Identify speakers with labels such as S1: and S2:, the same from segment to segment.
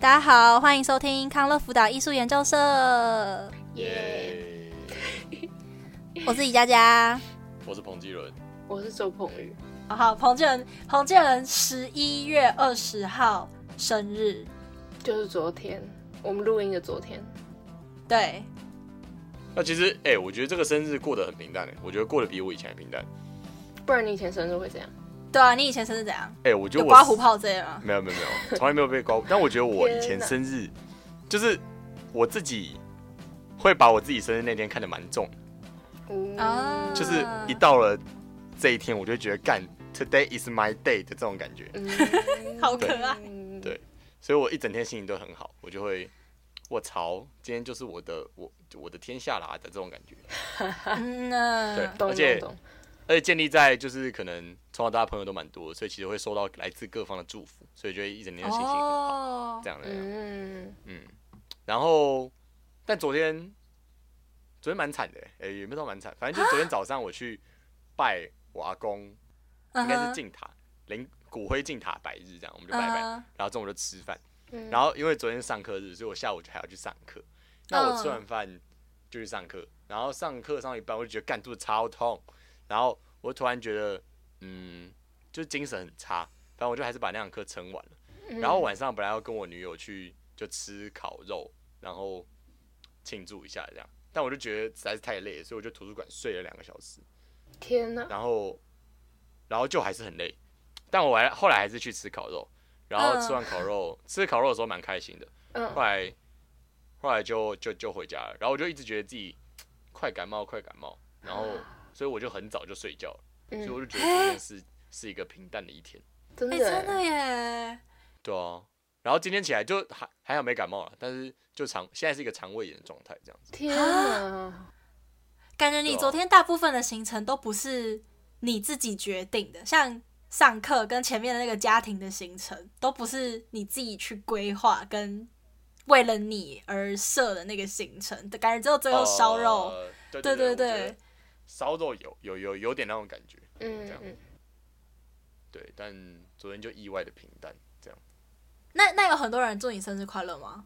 S1: 大家好，欢迎收听康乐辅导艺术研究社，
S2: 耶！
S1: 我是李佳佳。
S2: 我是彭基伦，
S3: 我是周鹏宇，
S1: 好哦好，彭建仁，彭建仁十一月二十号生日，
S3: 就是昨天我们录音的昨天，
S1: 对，
S2: 那其实，哎、我觉得这个生日过得很平淡、欸，我觉得过得比我以前还平淡。
S3: 不然你以前生日会这样？
S1: 对啊，你以前生日怎样？
S2: 哎、我觉
S1: 有
S2: 得我
S1: 刮胡泡之类的吗？
S2: 没有没有没有，从来没有被刮胡。但我觉得我以
S3: 天
S2: 前
S3: 哪
S2: 生日，就是我自己会把我自己生日那天看得蛮重，
S3: 嗯
S1: 啊
S2: 就是一到了这一天，我就觉得干，today is my day 的这种感觉，
S3: 嗯
S1: 哦好可 爱
S3: 嗯
S2: 对所以我一整天心情都很好，我就会。我操！今天就是我的我我的天下啦的这种感觉，
S1: 嗯呢，
S2: 对
S3: 懂
S2: 而且
S3: 懂懂，
S2: 而且建立在就是可能从小到大朋友都蛮多，所以其实会收到来自各方的祝福，所以就会一整天的心情很好。
S1: 哦，
S2: 这样的、
S3: 嗯，
S2: 嗯，然后但昨天昨天蛮惨的、诶，也没有到蛮惨，反正就昨天早上我去拜我阿公，应
S1: 嗯
S2: 该是
S1: 哼
S2: 进塔灵骨灰进塔百日这样，我们就拜拜，
S1: 嗯哼
S2: 然后中午就吃饭，
S3: 嗯
S2: 然后因为昨天上课日，所以我下午就还要去上课，那我吃
S1: 嗯
S2: 完饭就去上课，然后上课上一半我就觉得干肚子超痛，然后我突然觉得嗯，就是精神很差，反正我就还是把那堂课撑完了。然后晚上本来要跟我女友去就吃烤肉，然后庆祝一下这样，但我就觉得实在是太累了，所以我就图书馆睡了两个小时，
S3: 天哪，
S2: 然后然后就还是很累，但我还后来还是去吃烤肉，然
S1: 嗯
S2: 后吃完烤肉、吃烤肉的时候蛮开心的，
S3: 嗯
S2: 后来后来就就就回家了，然后我就一直觉得自己快感冒快感冒，然后所以我就很早就睡觉了，所以
S3: 嗯，
S2: 我就觉得今天是是一个平淡的一天。
S3: 真
S1: 哎，
S3: 的
S1: 真
S3: 欸，
S1: 的耶，
S2: 对啊，然后今天起来就还还好没感冒了，但是就肠现在是一个肠胃炎的状态这样子。
S3: 天
S1: 啊
S3: 哪，
S1: 感觉你
S2: 啊
S1: 昨天大部分的行程都不是你自己决定的，像上课跟前面的那个家庭的行程都不是你自己去规划跟为了你而设的那个行程，感觉只有最后烧肉，
S2: 呃对
S1: 对
S2: 对
S1: 对
S2: 我觉
S1: 对
S2: 得，烧肉有有有有点那种感觉，
S3: 嗯
S2: 这样
S3: 嗯，
S2: 对，但昨天就意外的平淡，这样
S1: 那那有很多人祝你生日快乐吗？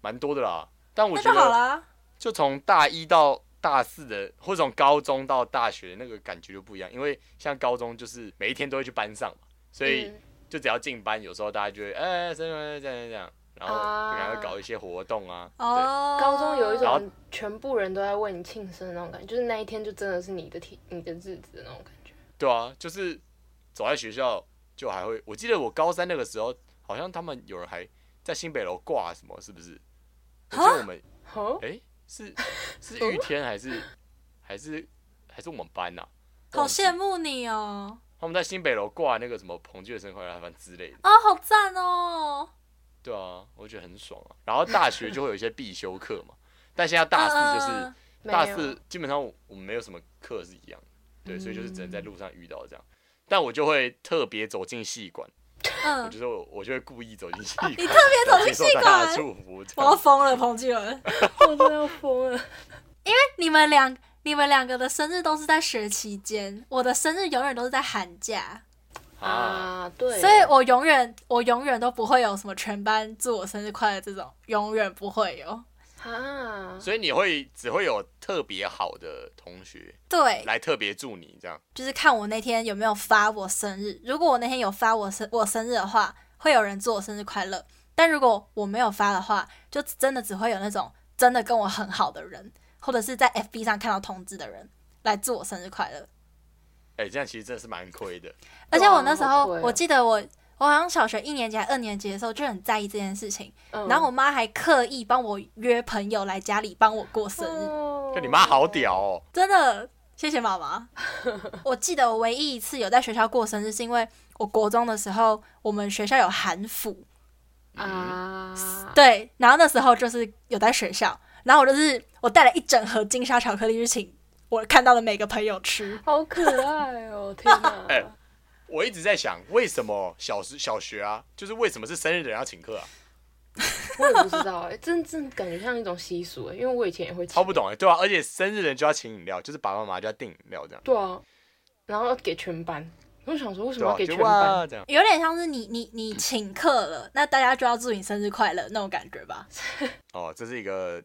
S2: 蛮多的啦。但我
S1: 那
S2: 觉
S1: 就好
S2: 得
S1: 啦。
S2: 就从大一到大四的，或者从高中到大学的那个感觉就不一样，因为像高中就是每一天都会去班上嘛，所以
S3: 嗯
S2: 就只要进班，有时候大家就会哎，这样这样这样，然后就可能会搞一些活动啊，对。
S1: 哦，
S3: 高中有一
S2: 然后
S3: 种全部人都在为你庆生的那种感觉，就是那一天就真的是你的体你的日子的那种感觉，
S2: 对啊，就是走在学校就还会，我记得我高三那个时候，好像他们有人还在新北楼挂什么，是不是？我
S1: 啊
S2: 记得我们
S3: 哦，
S2: 哎、 是是玉天还是还是还是我们班呐、
S1: 好
S2: 忘记
S1: 羡慕你哦，
S2: 他们在新北楼挂那个什么彭俊的生日快乐饭之类的，
S1: 啊、好赞哦，
S2: 对啊，我觉得很爽啊。然后大学就会有一些必修课嘛，但现在大四就是。
S1: 嗯嗯嗯
S3: 没
S2: 大
S3: 有，
S2: 四基本上我们没有什么课是一样的，对，所以就是只能在
S1: 嗯
S2: 路上遇到这样。但我就会特别走进戏馆，
S1: 嗯
S2: 我就是我我就会故意走进戏馆，
S1: 你特别走进
S2: 接受
S1: 戏
S2: 大家
S1: 馆
S2: 的祝福这
S1: 我要
S2: 样。
S1: 疯了，彭继伦。
S3: 我真的要疯了，
S1: 你们两你们两个的生日都是在学期间，我的生日永远都是在寒假，
S2: 啊，
S3: 啊，对，
S1: 所以我永远我永远都不会有什么全班祝我生日快乐这种，永远不会有。
S3: 啊，
S2: 所以你会只会有特别好的同学
S1: 对，
S2: 来特别祝你这样，
S1: 就是看我那天有没有发我生日。如果我那天有发我生我生日的话，会有人祝我生日快乐；但如果我没有发的话，就真的只会有那种真的跟我很好的人，或者是在 FB 上看到通知的人来祝我生日快乐。
S2: 哎、这样其实真的是蛮亏的。
S1: 而且
S3: 哇
S1: 我那时候
S3: 好，亏哦
S1: 我记得我我好像小学一年级还二年级的时候就很在意这件事情，
S3: 嗯
S1: 然后我妈还刻意帮我约朋友来家里帮我过生日，
S3: 哦
S2: 就你妈好屌哦，
S1: 真的谢谢妈妈。我记得我唯一一次有在学校过生日，是因为我国中的时候，我们学校有韩服，
S3: 啊，
S1: 对，然后那时候就是有在学校，然后我就是我带了一整盒金沙巧克力去请我看到的每个朋友吃，
S3: 好可爱哦！ 天哪，
S2: 哎我一直在想，为什么小时小学啊，就是为什么是生日的人要请客啊？
S3: 我也不知道哎、真真感觉像一种习俗哎、因为我以前也会
S2: 超
S3: 请，
S2: 不懂哎、对啊，而且生日的人就要请饮料，就是爸爸妈妈就要订饮料这样。
S3: 对啊，然后给全班，我想说为什
S2: 对
S3: 么要
S2: 吧、啊？
S3: 给
S2: 就
S3: 全
S2: 哇
S3: 班？
S2: 这样，
S1: 有点像是你你你请客了，那大家就要祝你生日快乐那种感觉吧？
S2: 哦，这是一个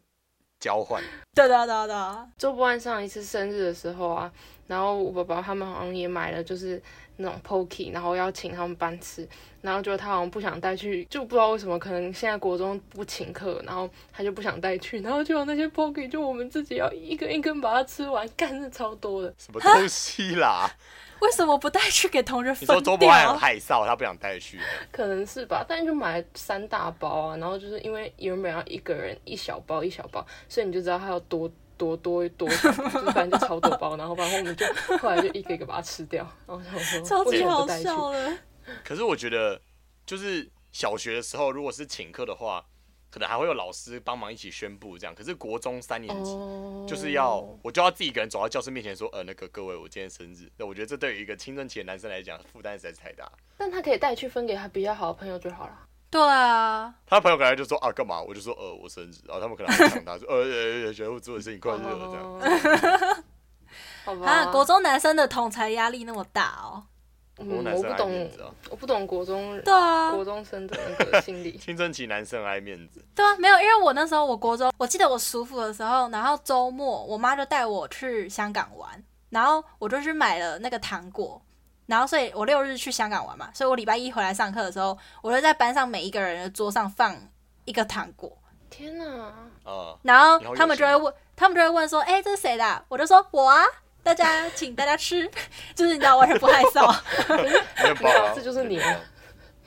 S2: 交换，
S1: 对对对对啊，
S3: 周伯安上一次生日的时候啊，然后我爸爸他们好像也买了就是那种 pokey，然后要请他们班吃，然后就他好像不想带去，就不知道为什么，可能现在国中不请客，然后他就不想带去，然后就有那些 pokey 就我们自己要一根一根把它吃完，干是超多的。
S2: 什么东西啦？
S1: 为什么不带去给同学
S2: 你
S1: 分
S2: 说周伯安很
S1: 掉？
S2: 害臊，他不想带去，
S3: 可能是吧，但就买了三大包啊，然后就是因为原本要一个人一小包一小包，所以你就知道它有多多多多小包，就是反正就超多 包，然后反正我们就后来就一个一个把它吃掉，然后想说
S1: 超
S3: 为
S1: 级
S3: 什么不
S1: 好
S3: 带去？
S1: 笑了，
S2: 可是我觉得，就是小学的时候，如果是请客的话，可能还会有老师帮忙一起宣布这样。可是国中三年级，
S3: 哦
S2: 就是要我就要自己一个人走到教室面前说，呃，那个各位，我今天生日。那我觉得这对于一个青春期的男生来讲，负担实在是太大。
S3: 但他可以带去分给他比较好的朋友就好了。
S1: 对啊，
S2: 他的朋友可能就说啊，干嘛？我就说呃，我生日。然后他们可能还想他说，呃呃，呃觉得我祝你生日快乐这样。
S3: 哦好吧，
S1: 啊，国中男生的统才压力那么大哦。
S2: 国中
S3: 嗯，
S2: 男
S3: 我
S2: 生
S3: 不
S2: 爱面
S3: 懂
S2: 子，啊，。
S3: 我不懂国中
S1: 对啊，
S3: 国中生的那个心理
S2: 青春期男生爱面子，
S1: 对啊，没有，因为我那时候我国中，我记得我暑伏的时候，然后周末我妈就带我去香港玩，然后我就去买了那个糖果，然后所以我六日去香港玩嘛，所以我礼拜一回来上课的时候，我就在班上每一个人的桌上放一个糖果，
S3: 天
S1: 哦
S3: 哪，
S2: 啊、
S1: 然后
S2: 你好有
S1: 他们就会
S2: 心
S1: 问，他们就会问说，哎、这是谁的啊？我就说我啊，大家请大家吃， 就是你知道完全不害臊，
S2: 你很棒啊
S3: 没有这就是你
S2: 很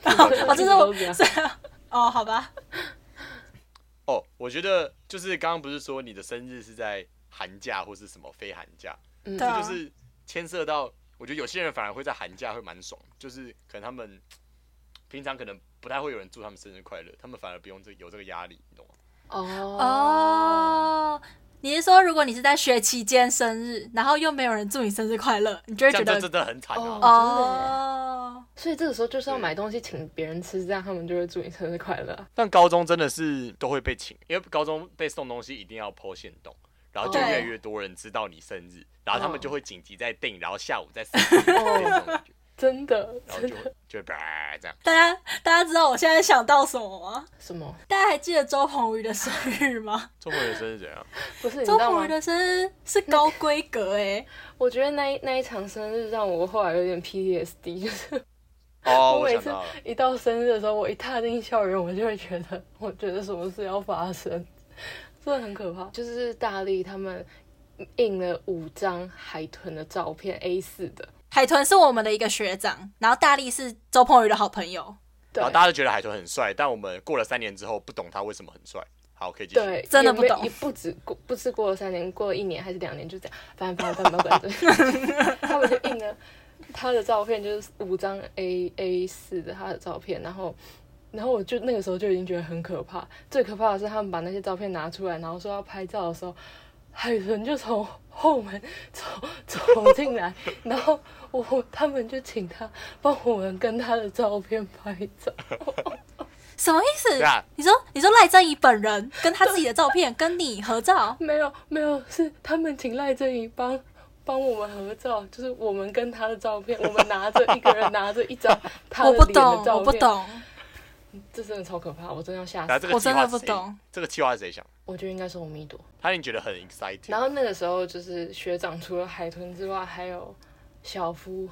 S2: 棒
S1: 哦，这是我
S3: 一直都这样
S1: 是啊 哦，好吧，
S2: 哦，我觉得就是刚刚不是说你的生日是在寒假或是什么非寒假，
S3: 嗯
S1: 对啊
S2: 这就是牵涉到，我觉得有些人反而会在寒假会蛮爽，就是可能他们平常可能不太会有人祝他们生日快乐，他们反而不用这有这个压力，你懂吗？
S3: 嗯哦
S1: 哦，你是说如果你是在学期间生日，然后又没有人祝你生日快乐，你就会觉
S2: 这样
S1: 得
S2: 就真的很惨啊！
S3: 哦
S1: 哦，
S3: 所以这个时候就是要
S2: 对
S3: 买东西请别人吃，这样他们就会祝你生日快乐啊。
S2: 但高中真的是都会被请，因为高中被送东西一定要抛线动，然后就
S1: 对
S2: 越来越多人知道你生日，然后他
S3: 嗯
S2: 们就会紧急在订，然后下午再送给你这
S3: 哦
S2: 种感觉，
S3: 真的，
S2: 然后就会就会叭这样。
S1: 大家大家知道我现在想到什么吗？
S3: 什么？
S1: 大家还记得周鹏宇的生日吗？
S2: 中国人生日怎样？
S3: 不是你知
S1: 周
S3: 道
S1: 鹏
S3: 吗
S1: 宇？的生日是高规格哎、
S3: 我觉得那一那一场生日让我后来有点 PTSD，就是
S2: 哦，
S3: 我
S2: 我
S3: 每
S2: 想
S3: 次
S2: 到了，
S3: 一到生日的时候，我一踏进校园，我就会觉得， 我觉得什么事要发生，真的很可怕。就是大力他们印了五张海豚的照片，A 四的，
S1: 海豚是我们的一个学长，然后大力是周鹏宇的好朋友，
S3: 对
S2: 然后大家都觉得海豚很帅，但我们过了三年之后不懂他为什么很帅。好，可以继续。
S3: 对，
S1: 真的
S3: 也
S1: 不
S3: 没
S1: 懂
S3: 也不止过，不是过了三年，过了一年还是两年，就这样，反正反正反正反正，他们就印了他的照片，就是五张 A A 四的他的照片，然后。然后我就那个时候就已经觉得很可怕，最可怕的是他们把那些照片拿出来，然后说要拍照的时候，海豚就从后门走走进来，然后我他们就请他帮我们跟他的照片拍照，
S1: 什么意思
S2: 对啊？
S1: 你说你说赖正怡本人跟他自己的照片跟你合 照，
S3: 没有没有，是他们请赖正宇帮帮我们合照，就是我们跟他的照片，我们拿着一个人拿着一张他的
S1: 我不
S3: 脸的
S1: 懂，
S3: 照片，
S1: 我不，懂，
S3: 这真的超可怕，我真的要吓
S2: 然后
S3: 死。
S2: 这个
S1: 我
S2: 计
S1: 真
S2: 划
S1: 的
S2: 是
S1: 不
S2: 谁
S1: 懂，
S2: 这个计划是谁想的？
S3: 我觉得应该是我米朵。
S2: 他已经觉得很 exciting。
S3: 然后那个时候就是学长除了海豚之外，还有小夫，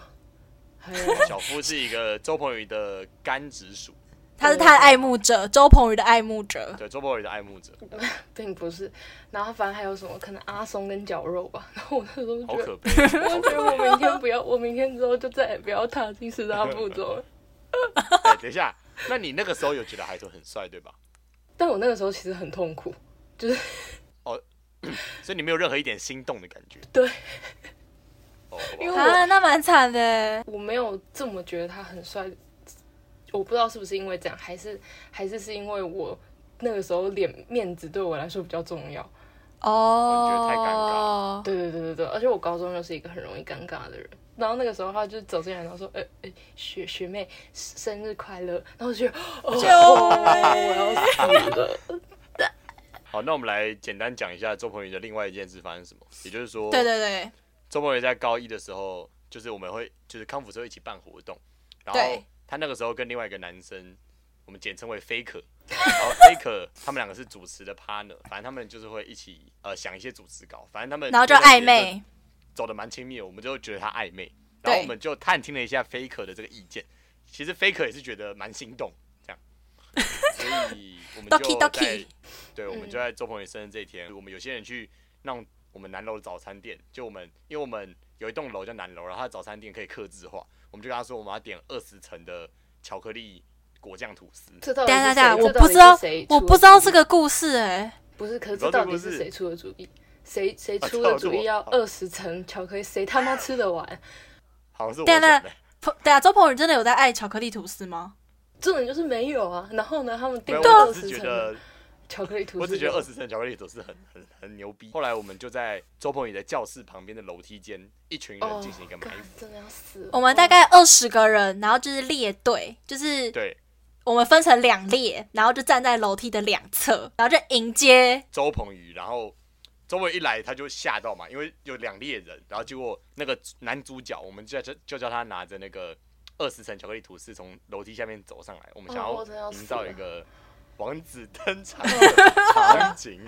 S3: 还 有
S2: 小夫是一个周鹏宇的干直 属，
S1: 他是他的爱慕者，周鹏宇的爱慕者。
S2: 对周鹏宇的爱慕者，
S3: 并不是，然后反正还有什么可能阿松跟绞肉吧。然后我那时候就
S2: 好
S3: 觉得，
S2: 可悲。
S3: 我觉得我明天不要，我明天之后就再也不要踏进十大步骤了。
S2: 哎等一下，那你那个时候有觉得海豚很帅对吧？
S3: 但我那个时候其实很痛苦，就是
S2: 所以你没有任何一点心动的感觉。
S3: 对。
S2: 哦，好吧
S3: 因为我
S1: 啊，那蛮惨的。
S3: 我没有这么觉得他很帅，我不知道是不是因为这样，还是还是是因为我那个时候脸面子对我来说比较重要。
S1: 哦，
S2: 你觉得太尴尬
S3: 对对对对对，而且我高中又是一个很容易尴尬的人。然后那个时候他就走进来，然后说：“呃、呃、学学妹生日快乐。”然后我就 觉得，哦，我要死了。
S2: 好，那我们来简单讲一下周鹏宇的另外一件事发生什么，也就是说，
S1: 对对对，
S2: 周鹏宇在高一的时候就是我们会就是康复社会一起办活动，然
S1: 对
S2: 后他那个时候跟另外一个男生，我们简称为 Faker，然 后 Faker 他们两个是主持的 partner，反正他们就是会一起呃想一些主持稿，反正他们
S1: 然后就
S2: 那段时
S1: 暧
S2: 间
S1: 昧，
S2: 走的蛮亲密的，我们就觉得他暧昧，然后我们就探听了一下 Faker 的这个意见，其实 Faker 也是觉得蛮心动这样，所以 我们就
S1: Doki
S2: 在
S1: Doki
S2: 对，我们
S1: 嗯
S2: 就在周鹏宇生日这一天，我们有些人去弄我们南楼的早餐店，就我们因为我们有一栋楼叫南楼，然后它的早餐店可以刻字化，我们就跟他说我们要点二十层的巧克力果酱吐司，
S3: 这到底
S1: 等
S3: 是
S1: 一下等
S3: 谁
S1: 一下，我
S3: 这
S1: 不
S3: 到底
S1: 知道
S3: 是谁，出
S1: 我
S3: 的
S1: 不知
S3: 主
S1: 道
S3: 意
S1: 这个故事哎、
S3: 不是，可是
S2: 知道
S3: 这
S2: 这
S3: 到
S2: 个
S3: 底
S2: 故事
S3: 是谁出的主意？谁谁
S2: 啊
S3: 出
S2: 这
S3: 的
S2: 个是
S3: 主意
S2: 我
S3: 要
S2: 好
S3: 二十层巧克力？谁他妈吃得完？
S2: 好像是我
S1: 对啊
S2: 想
S1: 那
S2: 的。
S1: 欸。对啊，周鹏宇真的有在爱巧克力吐司吗？
S3: 这种就是没有啊。然后呢，他们
S2: 没
S3: 订
S2: 有，
S3: 了
S2: 我
S3: 二
S2: 只是
S3: 十
S2: 觉
S3: 层
S2: 得
S3: 的巧克力吐司，
S2: 我只觉得二十层巧克力吐司很很很牛逼。后来我们就在周鹏宇的教室旁边的楼梯间，一群人
S3: 哦
S2: 进行一个埋
S3: 干
S2: 伏。
S3: 真的要死了。
S1: 我们大概二十个人，然后就是列队，就是
S2: 对，
S1: 我们分成两列，然后就站在楼梯的两侧，然后就迎接
S2: 周鹏宇，然后周鹏宇一来他就吓到嘛，因为有两列人，然后结果那个男主角，我们就叫就叫他拿着那个二十层巧克力吐司从楼梯下面走上来，我们想
S3: 哦我真的要
S2: 要
S3: 死
S2: 营造
S3: 了
S2: 一个王子登场的场 景。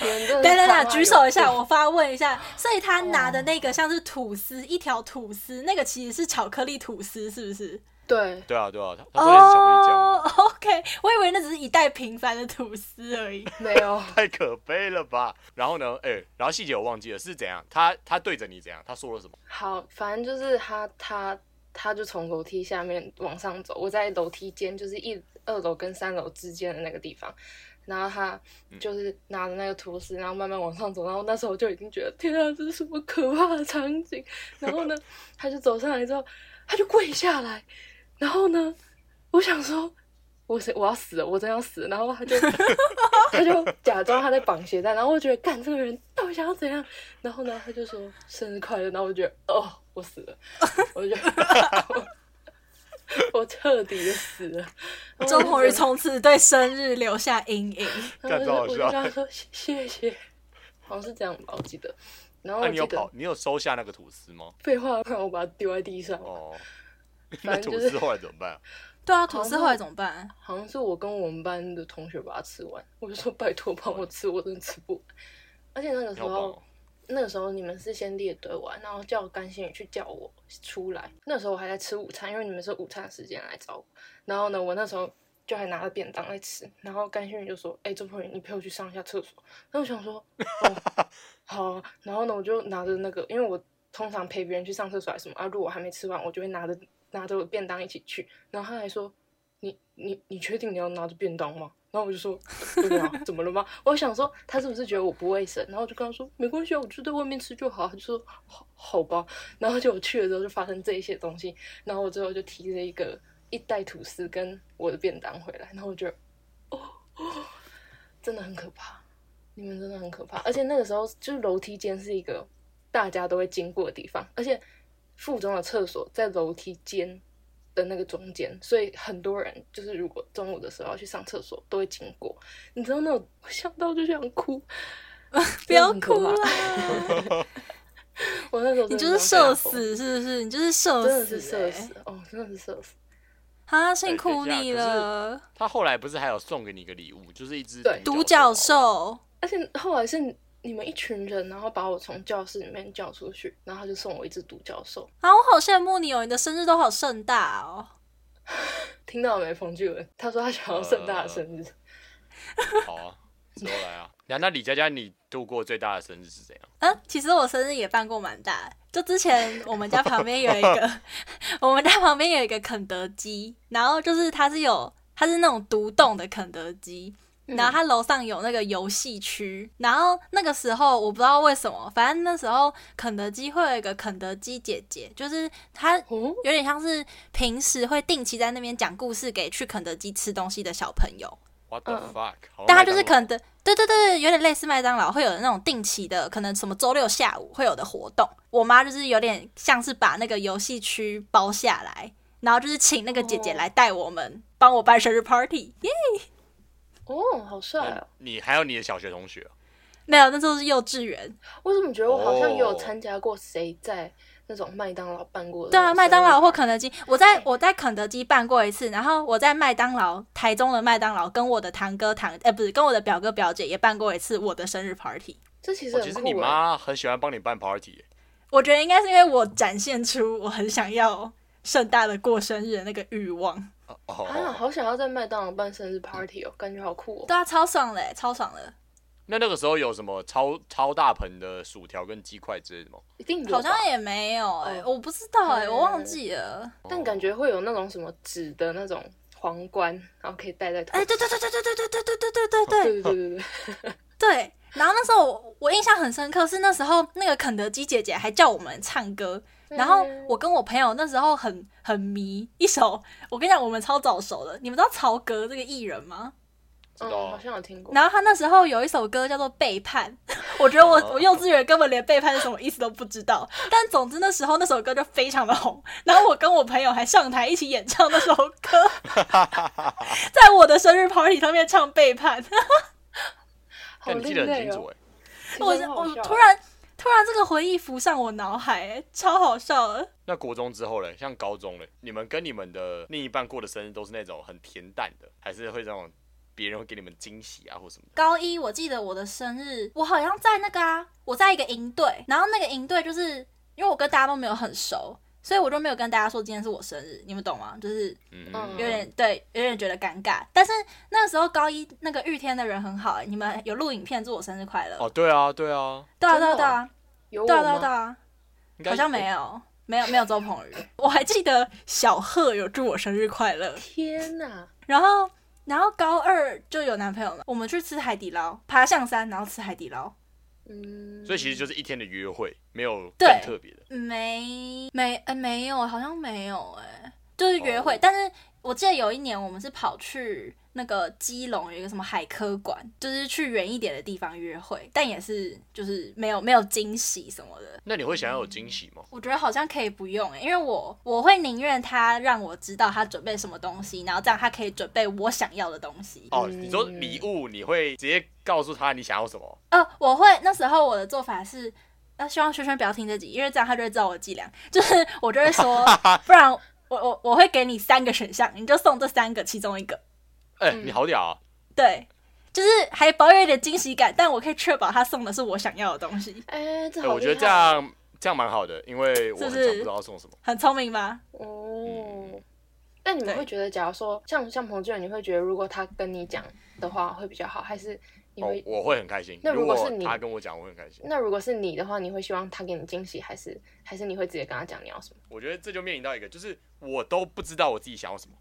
S3: 你们真的是
S1: 等等
S3: 他
S1: 等，
S3: 妈
S1: 举手一下，
S3: 有病
S1: 我发问一下。 所以他拿的那个像是吐司，一条吐司，那个其实是巧克力吐司，是不是？
S3: 对，
S2: 对啊，对啊，他他说的是巧克力酱
S3: 哦
S2: 吗、
S1: o k 我以为那只是一袋平凡的吐司而 已。
S3: 没有
S2: 太可悲了吧！然后呢，哎、然后细节我忘记了是怎样，他他对着你怎样，他说了什么？
S3: 好，反正就是他他他就从楼梯下面往上走，我在楼梯间，就是一二楼跟三楼之间的那个地方。然后他就是拿着那个吐司，然后慢慢往上走。然后那时候我就已经觉得，天啊，这是什么可怕的场景？然后呢，他就走上来之后，他就跪下来。然后呢，我想说，我是我要死了，我真要死了。然后他就他就假装他在绑鞋带，然后我觉得，干这个人到底想要怎样？然后呢，他就说生日快乐，然后我就觉得，哦，我死了，我就觉 得我我彻底的死了。然后
S1: 周
S3: 我就
S1: 鹏宇
S3: 觉得
S1: 从此对生日留下阴影。
S3: 然
S2: 干超
S3: 后
S2: 好
S3: 我就我
S2: 笑
S3: 就跟他说谢谢谢， 好像是这样吧，我记得。然后我
S2: 那、啊你
S3: 哦记
S2: 有
S3: 得
S2: 跑，你有收下那个吐司吗？
S3: 废话，不然我把它丢在地上。
S2: 哦， 那
S3: 反正
S2: 吐
S3: 就是
S2: 司后来怎么办、啊？
S1: 对啊，吐司后来怎么办？
S3: 好像是我跟我们班的同学把它吃完，我就说拜托帮我吃，我真的吃不完。而且那个
S2: 你
S3: 时
S2: 好棒
S3: 候
S2: 哦，！
S3: 那个时候你们是先列队完，然后叫甘心宇去叫我出来。那时候我还在吃午餐，因为你们是午餐时间来找我。然后呢，我那时候就还拿着便当在吃。然后甘心宇就说：“哎、周鹏宇，你陪我去上一下厕所。”然后我想说：“哦，好啊、然后呢，我就拿着那个，因为我通常陪别人去上厕所还是什么啊，如果我还没吃完，我就会拿着拿着我便当一起去。然后他还说：“你你你确定你要拿着便当吗？然后我就说，对啊，怎么了吗？我想说他是不是觉得我不卫生？然后我就跟他说没关系啊，我就在外面吃就好。他就说好好吧。然后就我去了之后就发生这一些东西，然后我最后就提着一个一袋吐司跟我的便当回来，然后我觉得哦，哦真的很可怕，你们真的很可怕。而且那个时候就是楼梯间是一个大家都会经过的地方，而且附中的厕所在楼梯间，的那个中间，所以很多人就是如果中午的时候要去上厕所，都会经过。你知道那种我想到就想哭，
S1: 不要哭
S3: 真的很可
S1: 啦！
S3: 怕！我那时候
S1: 你
S3: 真的
S1: 就是
S3: 想
S1: 社
S3: 到这样，
S1: 死，是不是？你就是社
S3: 真的
S1: 死、
S3: 是
S1: 欸，
S3: 社死哦，真的是社死。
S1: 啊！辛苦
S2: 哎等
S1: 你
S2: 一下可是
S1: 了，
S2: 他后来不是还有送给你一个礼物，就是一只
S3: 对
S1: 独角
S2: 兽吗。
S1: 兽。
S3: 而且后来是你们一群人，然后把我从教室里面叫出去，然后他就送我一只独角兽。
S1: 啊，我好羡慕你哦，你的生日都好盛大哦。
S3: 听到了没，冯巨文？他说他想要盛
S1: 呃
S3: 大的生日。
S2: 好啊，之后来啊。那那李佳佳，你度过最大的生日是怎样？
S1: 嗯，其实我生日也办过蛮大的，就之前我们家旁边有一个，我们家旁边有一个肯德基，然后就是它是有，它是那种独栋的肯德基。然后它楼上有那个游戏区，然后那个时候我不知道为什么，反正那时候肯德基会有一个肯德基姐姐，就是她
S3: 哦，
S1: 有点像是平时会定期在那边讲故事给去肯德基吃东西的小朋友。
S2: What the
S3: 嗯
S2: fuck？、好像
S1: 但他
S2: 哦麦
S1: 就是
S2: 当劳
S1: 可能的，对对对对，有点类似麦当劳会有那种定期的，可能什么周六下午会有的活动。我妈就是有点像是把那个游戏区包下来，然后就是请那个姐姐
S3: 哦
S1: 来带我们，帮我办生日 party。耶，
S3: 哦，好帅
S2: 嗯
S1: 啊
S3: 哦！
S2: 你还有你的小学同学啊、
S1: 没有，那时候是幼稚园，
S3: 我怎么觉得我好像也有
S2: 哦
S3: 参加过谁在那种麦当劳办过的
S1: 对啊，
S3: 哦生日
S1: 麦当劳或
S3: 趴
S1: 肯德基，我在我在肯德基办过一次，然后我在麦当劳台中的麦当劳跟我的堂哥堂，呃，不是跟我的表哥表姐也办过一次我的生日 party。
S3: 这其实
S2: 哦
S3: 很
S2: 其实
S3: 酷、
S2: 你
S3: 欸。
S2: 妈很喜欢帮你办 party，耶欸
S1: 我觉得应该是因为我展现出我很想要盛大的过生日的那个欲望。
S2: 哦
S3: 啊，
S2: 哦。
S3: 好想要在麦当劳办生日 party 哦，感觉好酷哦。
S1: 对啊，超爽嘞，超爽了，
S2: 那那个时候有什么超超大盆的薯条跟鸡块之类的吗？
S3: 一定有吧，
S1: 好像也没有哎、
S3: 哦
S1: 我不知道哎、
S3: 嗯
S1: 我忘记了。
S3: 但感觉会有那种什么纸的那种皇冠，然后可以戴在头
S1: 哎、
S3: 上。
S1: 对对对对对对对对对对对对对
S3: 对对对对 对，
S1: 对。然后那时候我我印象很深刻，是那时候那个肯德基姐姐还叫我们唱歌，然后我跟我朋友那时候很很迷一首，我跟你讲，我们超早熟的，你们知道曹格这个艺人吗？
S2: 知
S3: 嗯，
S2: 道
S3: 好
S2: 啊，
S3: 像有听过。
S1: 然后他那时候有一首歌叫做《背叛》， 我觉得我
S2: 哦
S1: 我幼稚园根本连背叛是什么意思都不知道。但总之那时候那首歌就非常的红，然后我跟我朋友还上台一起演唱那首歌， 在我的生日 party 上面唱《背叛》
S3: 好
S2: 但你记得
S3: 另
S2: 很
S3: 类
S2: 清楚
S3: 哦，
S2: 哎，
S3: 其实
S1: 我，
S3: 很
S1: 我
S3: 好笑啊
S1: 突然突然这个回忆浮上我脑海、哎超好笑的。
S2: 那国中之后嘞，像高中嘞，你们跟你们的另一半过的生日都是那种很恬淡的，还是会那种别人会给你们惊喜啊或什么的？
S1: 高一我记得我的生日，我好像在那个啊，我在一个营队，然后那个营队就是因为我跟大家都没有很熟，所以我就没有跟大家说今天是我生日，你们懂吗？就是
S2: 嗯，
S3: 嗯
S1: 有点对，有点觉得尴尬。但是那时候高一那个玉天的人很好、欸，你们有录影片祝我生日快乐、
S2: 哦，对啊，对啊，
S1: 对啊，
S3: 真
S1: 对啊，
S3: 的哦
S1: 对啊，
S3: 有我
S1: 对啊，对啊，对
S3: 吗？
S1: 啊，
S2: 应该
S1: 好像没有，没有，没有周鹏宇。我还记得小贺有祝我生日快乐，
S3: 天哪！
S1: 然后，然后高二就有男朋友了，我们去吃海底捞，爬象山，然后吃海底捞。
S3: 嗯，
S2: 所以其实就是一天的约会，没有
S1: 对
S2: 更特别的。
S1: 没没呃没有，好像没有哎、就是约会。
S2: 哦
S1: 但是我记得有一年我们是跑去那个基隆有一个什么海科馆，就是去远一点的地方约会，但也是就是没有没有惊喜什么的。
S2: 那你会想要有惊喜吗？
S1: 我觉得好像可以不用哎、因为我我会宁愿他让我知道他准备什么东西，然后这样他可以准备我想要的东西。
S2: 哦，
S3: 嗯
S2: 你说礼物，你会直接告诉他你想要什么？
S1: 呃，我会那时候我的做法是，呃，希望轩轩不要听这集，因为这样他就会知道我的伎俩。就是我就会 说，不然我我我会给你三个选项，你就送这三个其中一个。
S2: 哎、
S3: 嗯
S2: 你好屌啊！
S1: 对，就是还保有一点惊喜感，但我可以确保他送的是我想要的东西。
S3: 哎，这
S2: 哎、
S3: 好
S2: 我觉得
S3: 厉
S2: 这
S3: 害哦
S2: 样这样蛮好的，因为我
S1: 是不
S2: 很常
S1: 是
S2: 不知道送什么。
S1: 很聪明吧？
S2: 嗯
S3: 哦。那你们
S1: 对
S3: 会觉得，假如说像像彭俊，你会觉得如果他跟你讲的话会比较好，还是你
S2: 哦
S3: 会，？
S2: 我会很开心。
S3: 那如果是你
S2: 他跟我讲，我会很开心。
S3: 那如果是你的话，你会希望他给你惊喜，还是还是你会直接跟他讲你要什么？
S2: 我觉得这就面临到一个，就是我都不知道我自己想要什么。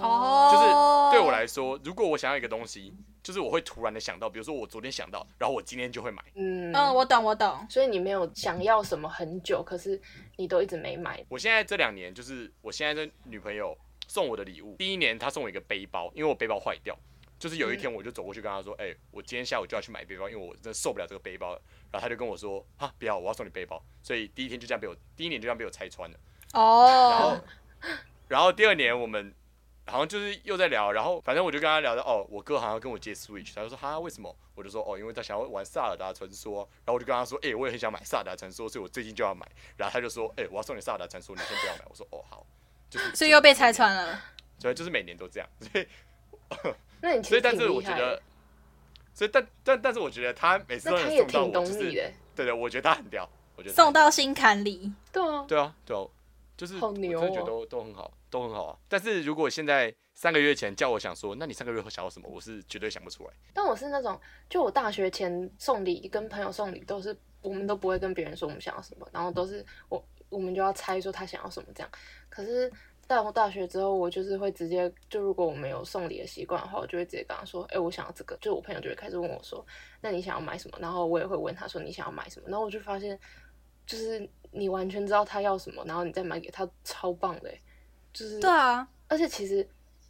S3: 哦，
S2: 就是
S1: 哦
S2: 对我来说，如果我想要一个东西，就是我会突然的想到，比如说我昨天想到，然后我今天就会买。
S3: 嗯
S1: 嗯，我懂，我懂。
S3: 所以你没有想要什么很久，可是你都一直没买。
S2: 我现在这两年，就是我现在的女朋友送我的礼物，第一年她送我一个背包，因为我背包坏掉。就是有一天，我就走过去跟她说：“哎、我今天下午就要去买背包，因为我真的受不了这个背包了。”然后她就跟我说：“啊，不要，我要送你背包。”所以第一天就这样被我，第一年就这样被我拆穿了。然后
S1: 哦，，
S2: 然后第二年我们好像就是又在聊，然后反正我就跟他聊到，哦，我哥好像要跟我借 Switch，他就说哈为什么？我就说哦，因为他想要玩《萨尔达传说》，然后我就跟他说，哎、我也很想买《萨尔达传说》，所以我最近就要买。然后他就说，哎、我要送你《萨尔达传说》，你先不要买。我说哦，好。就是，
S1: 所以又被拆，穿了。
S2: 对，就是每年都这样，所以
S3: 那你其
S2: 所以
S3: 实
S2: 但
S3: 挺
S2: 是我
S3: 厉
S2: 觉
S3: 害
S2: 得
S3: 的，，
S2: 所以但但但是我觉得他每次都
S3: 那他
S2: 能
S3: 也挺
S2: 送到我，
S3: 懂
S2: 就
S3: 你
S2: 是
S3: 的。
S2: 对对，我觉得他很屌，我觉得他
S1: 送
S2: 很屌
S1: 到心坎里，
S3: 对啊，
S2: 对啊，对啊，就是
S3: 好
S2: 我
S3: 牛
S2: 真的觉
S3: 哦
S2: 得都都很好，都很好啊。但是如果现在三个月前叫我想说，那你三个月后想要什么，我是绝对想不出来。
S3: 但我是那种，就我大学前送礼跟朋友送礼都是，我们都不会跟别人说我们想要什么，然后都是我我们就要猜说他想要什么这样。可是到大学之后，我就是会直接，就如果我没有送礼的习惯的话，我就会直接跟他说，哎、我想要这个。就我朋友就会开始问我说，那你想要买什么？然后我也会问他说你想要买什么，然后我就发现，就是你完全知道他要什么，然后你再买给他，超棒的、欸就是
S1: 对啊，
S3: 而且其实，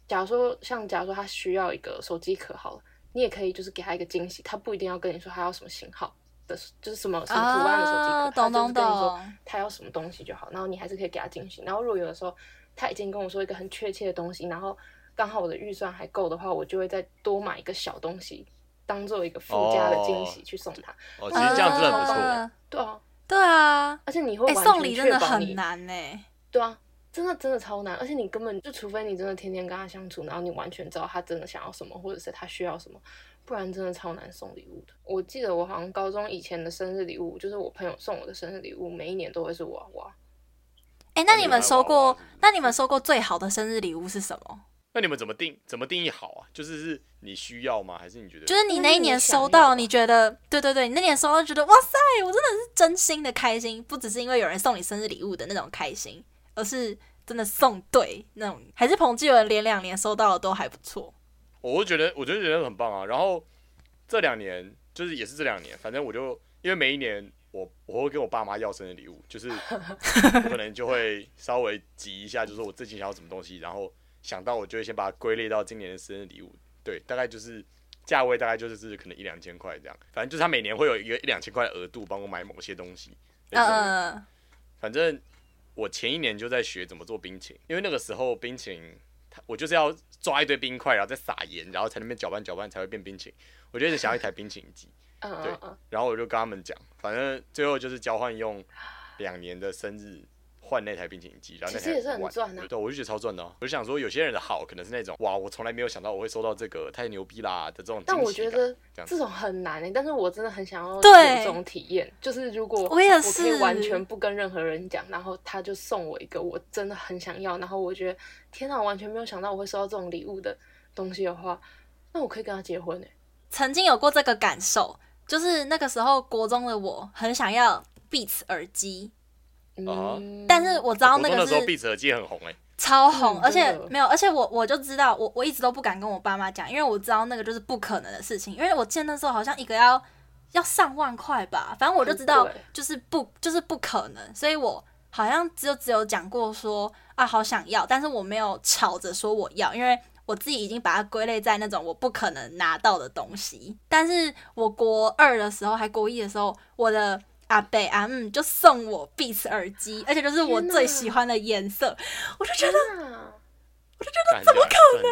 S3: 假如说像假如说他需要一个手机壳好了，你也可以就是给他一个惊喜，他不一定要跟你说他要什么型号的，就是什么什么图案的手机壳，
S1: 啊，
S3: 他
S1: 懂
S3: 就
S1: 懂
S3: 是跟你说
S1: 懂，
S3: 他要什么东西就好，然后你还是可以给他惊喜。然后如果有的时候他已经跟我说一个很确切的东西，然后刚好我的预算还够的话，我就会再多买一个小东西当做一个附加的惊喜去送他。
S2: 哦，
S3: 其
S2: 其
S3: 实
S2: 实
S3: 这
S2: 这
S3: 样
S2: 样
S3: 真的
S2: 真的
S3: 很
S2: 很
S3: 不错
S2: 不错。
S1: 啊
S3: 对啊，
S1: 对啊，
S3: 而且你会
S1: 哎、
S3: 完
S1: 送
S3: 全
S1: 礼
S3: 确
S1: 真的
S3: 保
S1: 很
S3: 你
S1: 难哎、
S3: 对啊，真的真的超难，而且你根本就除非你真的天天跟他相处，然后你完全知道他真的想要什么，或者是他需要什么，不然真的超难送礼物的。我记得我好像高中以前的生日礼物，就是我朋友送我的生日礼物，每一年都会是娃娃。
S1: 哎、那
S2: 你
S1: 你
S2: 有
S1: 们
S2: 买
S1: 收
S2: 娃娃
S1: 过
S2: 是不是？
S1: 那你们收过最好的生日礼物是什么？
S2: 那你们怎么定怎么定义好啊？就是是你需要吗？还是你觉得
S1: 就是你那
S3: 那就
S1: 一
S3: 是你
S1: 年
S3: 想
S1: 收
S3: 要
S1: 到，
S3: 吧
S1: 你觉得对对对，你那年收到觉得哇塞，我真的是真心的开心，不只是因为有人送你生日礼物的那种开心，而是真的送对那种。还是彭继文连两年收到的都还不错。
S2: 我会觉得，我就觉得很棒啊。然后这两年就是也是这两年，反正我就因为每一年我我会跟我爸妈要生日礼物，就是我可能就会稍微集一下，就是我自己想要什么东西，然后想到我就会先把它归类到今年的生日礼物。对，大概就是价位大概就是可能一两千块这样，反正就是他每年会有一个一两千块的额度帮我买某些东西。
S1: 嗯
S2: 那种
S1: 嗯，嗯
S2: 反正我前一年就在学怎么做冰淇淋，因为那个时候冰淇淋，它我就是要抓一堆冰块，然后再撒盐，然后才能边搅拌搅拌才会变冰淇淋。我就一直想要一台冰淇淋机，
S3: 嗯
S2: 对
S3: 嗯嗯，
S2: 然后我就跟他们讲，反正最后就是交换用两年的生日换那台冰淇淋机，然后那
S3: 其实
S2: 台
S3: 也是很
S2: 五万
S3: 赚啊
S2: 对，我就觉得超赚的、啊。我就想说，有些人的好可能是那种哇，我从来没有想到我会收到这个，太牛逼啦的这种惊喜感。
S3: 但我觉得
S2: 这样子
S3: 这种很难诶、欸但是我真的很想要有
S1: 对
S3: 这种体验，就是如果
S1: 我也
S3: 可以
S1: 是
S3: 完全不跟任何人讲，然后他就送我一个我真的很想要，然后我觉得天哪，啊我完全没有想到我会收到这种礼物的东西的话，那我可以跟他结婚诶、欸
S1: 曾经有过这个感受，就是那个时候国中的我很想要 Beats 耳机，
S2: 啊
S3: 嗯，
S1: 但是我知道
S2: 国
S1: 那
S2: 中
S1: 个
S2: 的时候
S1: 是
S2: ，Beats 耳机很红哎、
S1: 超红，
S3: 嗯
S1: 而且
S3: 真的
S1: 没有，而且我我就知道，我我一直都不敢跟我爸妈讲，因为我知道那个就是不可能的事情，因为我记得那时候好像一个要要上万块吧，反正我就知道
S3: 很贵
S1: 就是不就是不可能，所以我好像只有只有讲过说啊好想要，但是我没有吵着说我要，因为。我自己已经把它归类在那种我不可能拿到的东西，但是我国二的时候还国一的时候，我的阿伯阿姆就送我 Beats 耳机，而且就是我
S3: 天哪
S1: 最喜欢的颜色，我就觉得
S3: 啊
S2: 欸，怎么可能？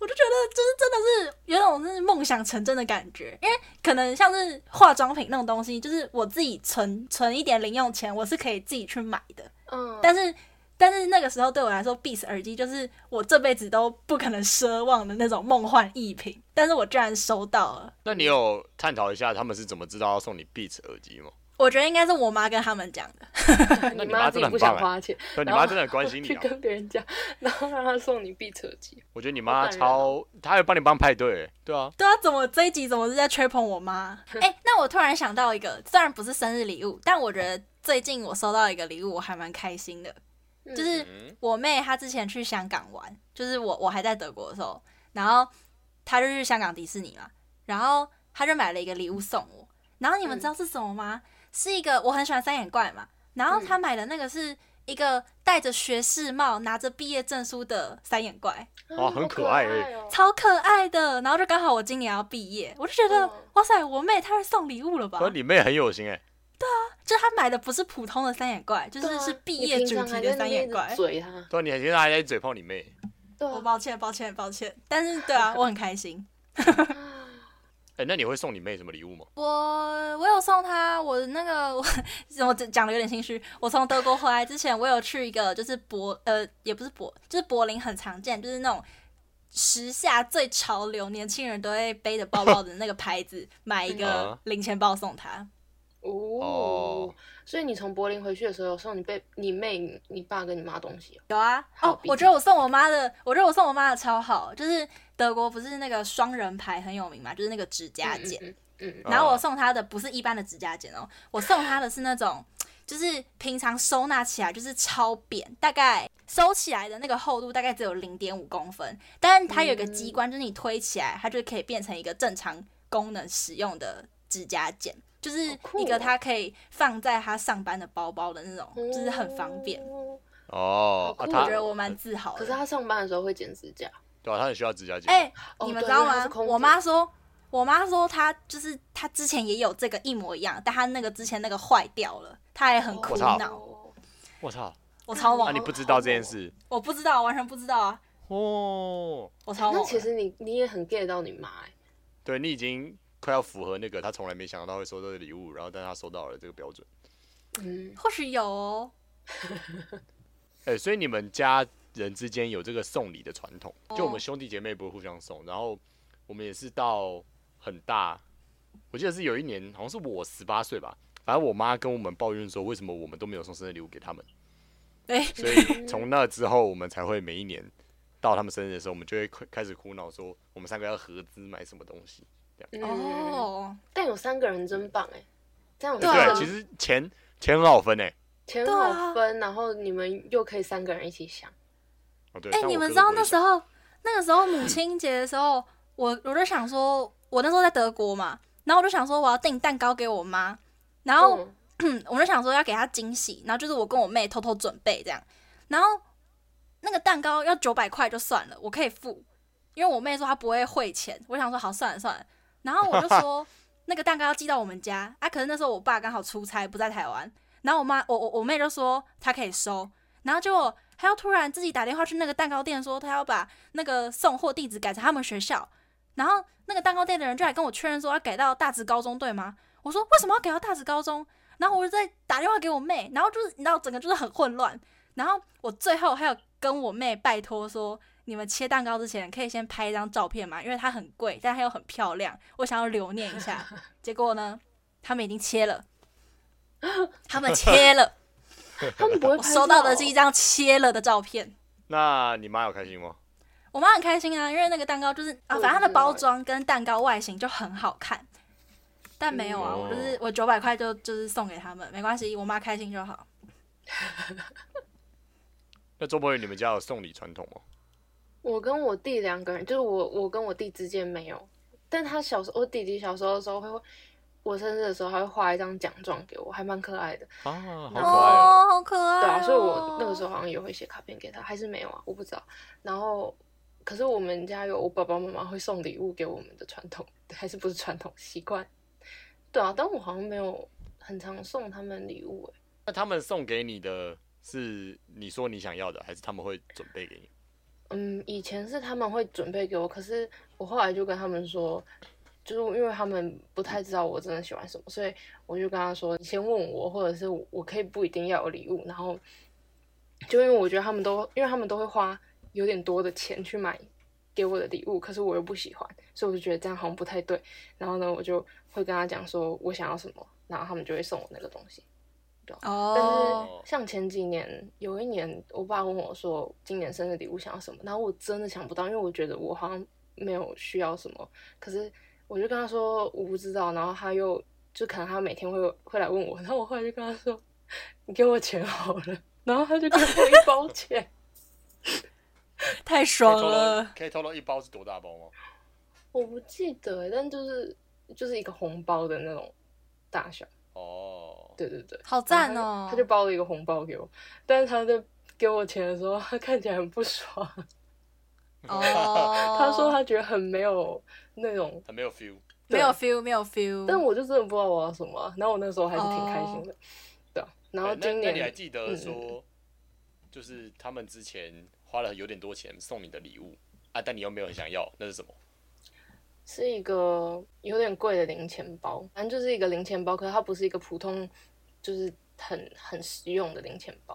S1: 我就觉得就是真的是有种就是梦想成真的感觉，因为可能像是化妆品那种东西，就是我自己存存一点零用钱，我是可以自己去买的。
S3: 嗯，
S1: 但是但是那个时候对我来说，Beats 耳机就是我这辈子都不可能奢望的那种梦幻逸品，但是我居然收到了。
S2: 那你有探讨一下他们是怎么知道要送你 Beats 耳机吗？
S1: 我觉得应该是我妈跟他们讲的，
S2: 那你
S3: 妈
S2: 妈
S3: 自己
S2: 真的很
S3: 不想
S2: 棒欸
S3: 花钱，
S2: 对，你
S3: 然后
S2: 妈真的很关心你
S3: 去
S2: 啊！
S3: 跟别人讲，然后让他送你必扯机，
S2: 我觉得你
S3: 好
S2: 妈
S3: 感人哦
S2: 超，她还帮你帮派对欸，对啊，
S1: 对啊，怎么这一集怎么是在吹捧我妈？哎、那我突然想到一个，虽然不是生日礼物，但我觉得最近我收到一个礼物，我还蛮开心的，就是
S2: 嗯，
S1: 我妹她之前去香港玩，就是我我还在德国的时候，然后她就去香港迪士尼嘛，然后她就买了一个礼物送我，然后你们
S3: 嗯
S1: 知道是什么吗？是一个我很喜欢三眼怪嘛，然后
S3: 嗯
S1: 她买的那个是一个戴着学士帽、拿着毕业证书的三眼怪，
S2: 哇
S3: 啊
S2: 很
S3: 好
S2: 可
S3: 可
S2: 爱欸
S3: 爱哦
S1: 超可爱的。然后就刚好我今年要毕业，我就觉得、
S3: 嗯
S1: 哇塞，我妹她会送礼物了吧
S2: 不？过啊你妹很有心哎，
S1: 就是她买的不是普通的三眼怪，就是、
S3: 对啊
S1: 是毕
S3: 你
S1: 业
S3: 平
S1: 主
S3: 常
S1: 题
S3: 还
S1: 的
S3: 在那
S1: 三
S3: 边
S1: 眼
S3: 一直
S1: 怪。
S3: 嘴他，
S2: 对啊，你现在还在嘴炮你妹，
S3: 对
S1: 我
S3: 啊，
S1: 抱歉，抱歉，抱歉，但是对 啊，我很开心。
S2: 哎，那你会送你妹什么礼物吗？
S1: 我我有送他我那个我我讲的有点心虚。我从德国回来之前，我有去一个就是柏呃也不是柏，就是柏林很常见，就是那种时下最潮流年轻人都会背着包包的那个牌子，买一个
S2: 啊
S1: 零钱包送他。
S3: 哦
S2: 哦，
S3: 所以你从柏林回去的时候，有送你被你妹、你爸跟你妈东西哦，
S1: 有啊，
S3: 好
S1: 哦，
S3: 毕竟
S1: 我觉得我送我妈的，我觉得我送我妈的超好，就是德国不是那个双人牌很有名嘛，就是那个指甲
S3: 嗯
S1: 剪。，
S3: 嗯嗯嗯，
S1: 然后我
S2: 啊
S1: 送他的不是一般的指甲剪哦，我送他的是那种，就是平常收纳起来就是超扁，大概收起来的那个厚度大概只有零点五公分，但是它有一个
S3: 嗯
S1: 机关，就是你推起来，它就可以变成一个正常功能使用的指甲剪，就是
S3: 好酷
S1: 一个
S3: 哦
S1: 它可以放在他上班的包包的那种，就是很方便。
S3: 嗯哦
S2: 哦，
S3: 好
S2: 啊
S1: 我
S3: 酷
S2: 她
S1: 觉得我蛮自豪
S3: 可
S1: 的。
S3: 是他上班的时候会剪指甲，
S2: 对啊，她很需要指甲剪，
S1: 哎、
S3: 哦
S1: 你们
S3: 对
S1: 知道
S3: 因为她
S1: 吗
S3: 是？空姐
S1: 我妈说，我妈说她就是她之前也有这个一模一样，但她那个之前那个坏掉了，她还很苦
S2: 哦我操
S1: 恼。
S3: 哦
S2: 我操，
S1: 我超
S2: 那
S1: 猛
S2: 你，不知道这件事
S1: 我不知道，完全不知道啊，
S2: 哦，
S1: 我超猛
S3: 那
S1: 的。
S3: 其实你你也很 get 到你妈欸，
S2: 对你已经快要符合那个她从来没想到会收到的礼物，然后但她收到了这个标准，
S3: 嗯，
S1: 或许有哦，
S2: 哎、所以你们家人之间有这个送礼的传统，就
S1: 哦
S2: 我们兄弟姐妹不会互相送，然后我们也是到很大，我记得是有一年，好像是我十八岁吧，反正我妈跟我们抱怨说，为什么我们都没有送生日礼物给他们，
S1: 哎、
S2: 所以从那之后，我们才会每一年到他们生日的时候，我们就会开开始苦恼说，我们三个要合资买什么东西。嗯
S3: 哦，
S1: 哦，
S3: 但有三个人真棒哎，这样
S1: 对啊
S2: 对，其实钱钱很好分欸诶、
S3: 钱
S1: 对啊
S3: 好分，然后你们又可以三个人一起想，
S2: 哦，对，
S1: 哎、
S2: 但
S1: 你
S2: 我
S1: 们
S2: 哥
S1: 知
S2: 都
S1: 道
S2: 不会
S1: 那时
S2: 想
S1: 候，那个时候母亲节的时候，我我就想说，我那时候在德国嘛，然后我就想说我要订蛋糕给我妈，然后、
S3: 嗯
S1: 我就想说要给她惊喜，然后就是我跟我妹偷偷准备这样，然后那个蛋糕要九百块就算了，我可以付，因为我妹说她不会汇钱，我想说好算了算了，然后我就说那个蛋糕要寄到我们家啊，可是那时候我爸刚好出差不在台湾，然后我妈我我我妹就说她可以收，然后结果她又突然自己打电话去那个蛋糕店说她要把那个送货地址改成他们学校，然后那个蛋糕店的人就来跟我确认说要改到大直高中对吗？我说为什么要改到大直高中？然后我就在打电话给我妹，然后就是你知道整个就是很混乱。然后我最后还有跟我妹拜托说，你们切蛋糕之前可以先拍一张照片嘛，因为它很贵，但它又很漂亮，我想要留念一 下。结果呢，他们已经切了，他 们切了，
S3: 他们不会
S1: 我
S3: 拍
S1: 收到
S3: 照哦
S1: 的是一张切了的照片。
S2: 那你妈有开心吗？
S1: 我妈很开心啊，因为那个蛋糕就是啊，
S3: 我
S1: 反正它的
S3: 知道
S1: 包
S3: 欸
S1: 装跟蛋糕外形就很好看。但没有啊，
S2: 嗯
S1: 我就是
S3: 哦
S1: 我九百块就就是送给他们，没关系，我妈开心就好。
S2: 那周柏宇，你们家有送礼传统吗？
S3: 我跟我弟两个人，就是我我跟我弟之间没有，但他小时候，我弟弟小时候的时候会，我生日的时候还会画一张奖状给我，还蛮可爱的。
S2: 啊，好可
S3: 然
S2: 爱
S3: 后
S2: 哦、
S1: 哦，好可爱、哦。
S3: 对啊，所以我那个时候好像也会写卡片给他，还是没有啊，我不知道。然后，可是我们家有我爸爸妈妈会送礼物给我们的传统， 还是不是传统习惯？对啊，但我好像没有很常送他们礼物、欸，
S2: 那他们送给你的是你说你想要的，还是他们会准备给你？
S3: 嗯，以前是他们会准备给我，可是我后来就跟他们说，就是因为他们不太知道我真的喜欢什么，所以我就跟他说，你先问我，或者是我可以不一定要有礼物，然后就因为我觉得他们都，因为他们都会花有点多的钱去买给我的礼物，可是我又不喜欢，所以我就觉得这样好像不太对。然后呢，我就会跟他讲说我想要什么，然后他们就会送我那个东西。但
S1: 哦，
S3: 是像前几年有一年，我爸问我说今年生日礼物想要什么，然后我真的想不到，因为我觉得我好像没有需要什么。可是我就跟他说我不知道，然后他又就可能他每天会会来问我，然后我后来就跟他说你给我钱好了，然后他就给我一包钱，
S1: 太
S2: 可以
S1: 爽
S2: 透露
S1: 了，
S2: 可以透露一包是多大包吗？
S3: 我不记得欸，但就是就是一个红包的那种大小，
S2: 哦，
S3: 对对对。
S1: 好赞哦！
S3: 他就包了一个红包给我，但是他在给我钱的时候，他看起来很不爽。
S1: 哦，
S3: 他说他觉得很没有那种，
S2: 很没有 feel。
S1: 没有 feel，没有 feel，
S3: 但我就真的不知道我要什么啊、然后我那时候还是挺开心的，对啊。然后
S2: 哎那
S3: 今
S2: 那你
S3: 年
S2: 还，记
S1: 嗯
S2: 得说，就是他们之前花了有点多钱送你的礼物啊，但你又没有很想要，那是什么？
S3: 是一个有点贵的零钱包，反正就是一个零钱包，可是它不是一个普通，就是很很实用的零钱包。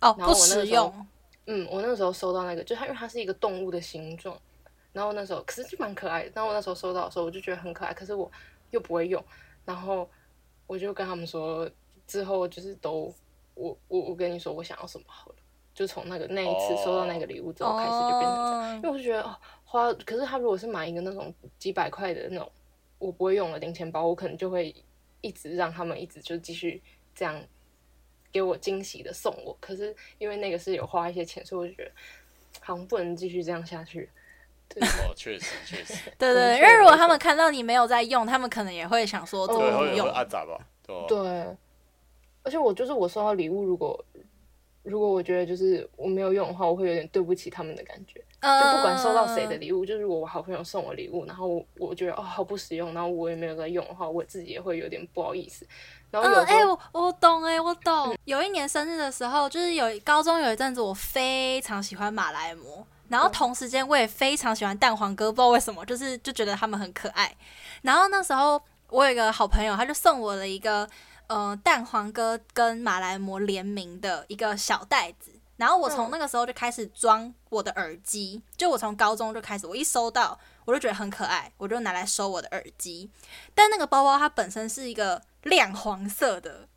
S1: 哦
S3: 然
S1: 不
S3: 后我那
S1: 实
S3: 个时候
S1: 用，
S3: 嗯，我那个时候收到那个，就它因为它是一个动物的形状，然后那时候可是就蛮可爱的。然后我那时候收到的时候，我就觉得很可爱，可是我又不会用，然后我就跟他们说，之后就是都我我我跟你说我想要什么好了，就从那个那一次收到那个礼物之后开始就变成这样，因为
S1: 哦，
S3: 我就觉得哦花，可是他如果是买一个那种几百块的那种我不会用的零钱包，我可能就会一直让他们一直就继续这样给我惊喜的送我。可是因为那个是有花一些钱，所以我就觉得好像不能继续这样下去。
S2: 哦，确实 确实，
S1: 对
S3: 的
S1: 对，
S3: 确
S1: 因为如果
S3: 有一
S1: 他们
S3: 种
S1: 看到你没有在用，他们可能也会想说怎
S3: 哦
S2: 对，
S1: 么
S2: 会
S1: 不
S2: 有
S1: 用
S2: 个阿杂吧？对吧，
S3: 对，而且我就是我收到礼物，如果如果我觉得就是我没有用的话，我会有点对不起他们的感觉。就
S1: 嗯
S3: 不管收到谁的礼物，就是如果我好朋友送我礼物，然后我我觉得哦好不实用，然后我也没有在用的话，我自己也会有点不好意思。然后
S1: 嗯，
S3: 有时
S1: 哎、
S3: 候、
S1: 我我懂哎、我懂。有一年生日的时候，就是有高中有一阵子，我非常喜欢马来貘，然后
S3: 嗯
S1: 同时间我也非常喜欢蛋黄哥，不知道为什么，就是就觉得他们很可爱。然后那时候我有一个好朋友，他就送我了一个呃蛋黄哥跟马来貘联名的一个小袋子，然后我从
S3: 嗯
S1: 那个时候就开始装我的耳机，就我从高中就开始，我一收到我就觉得很可爱，我就拿来收我的耳机。但那个包包它本身是一个亮黄色的，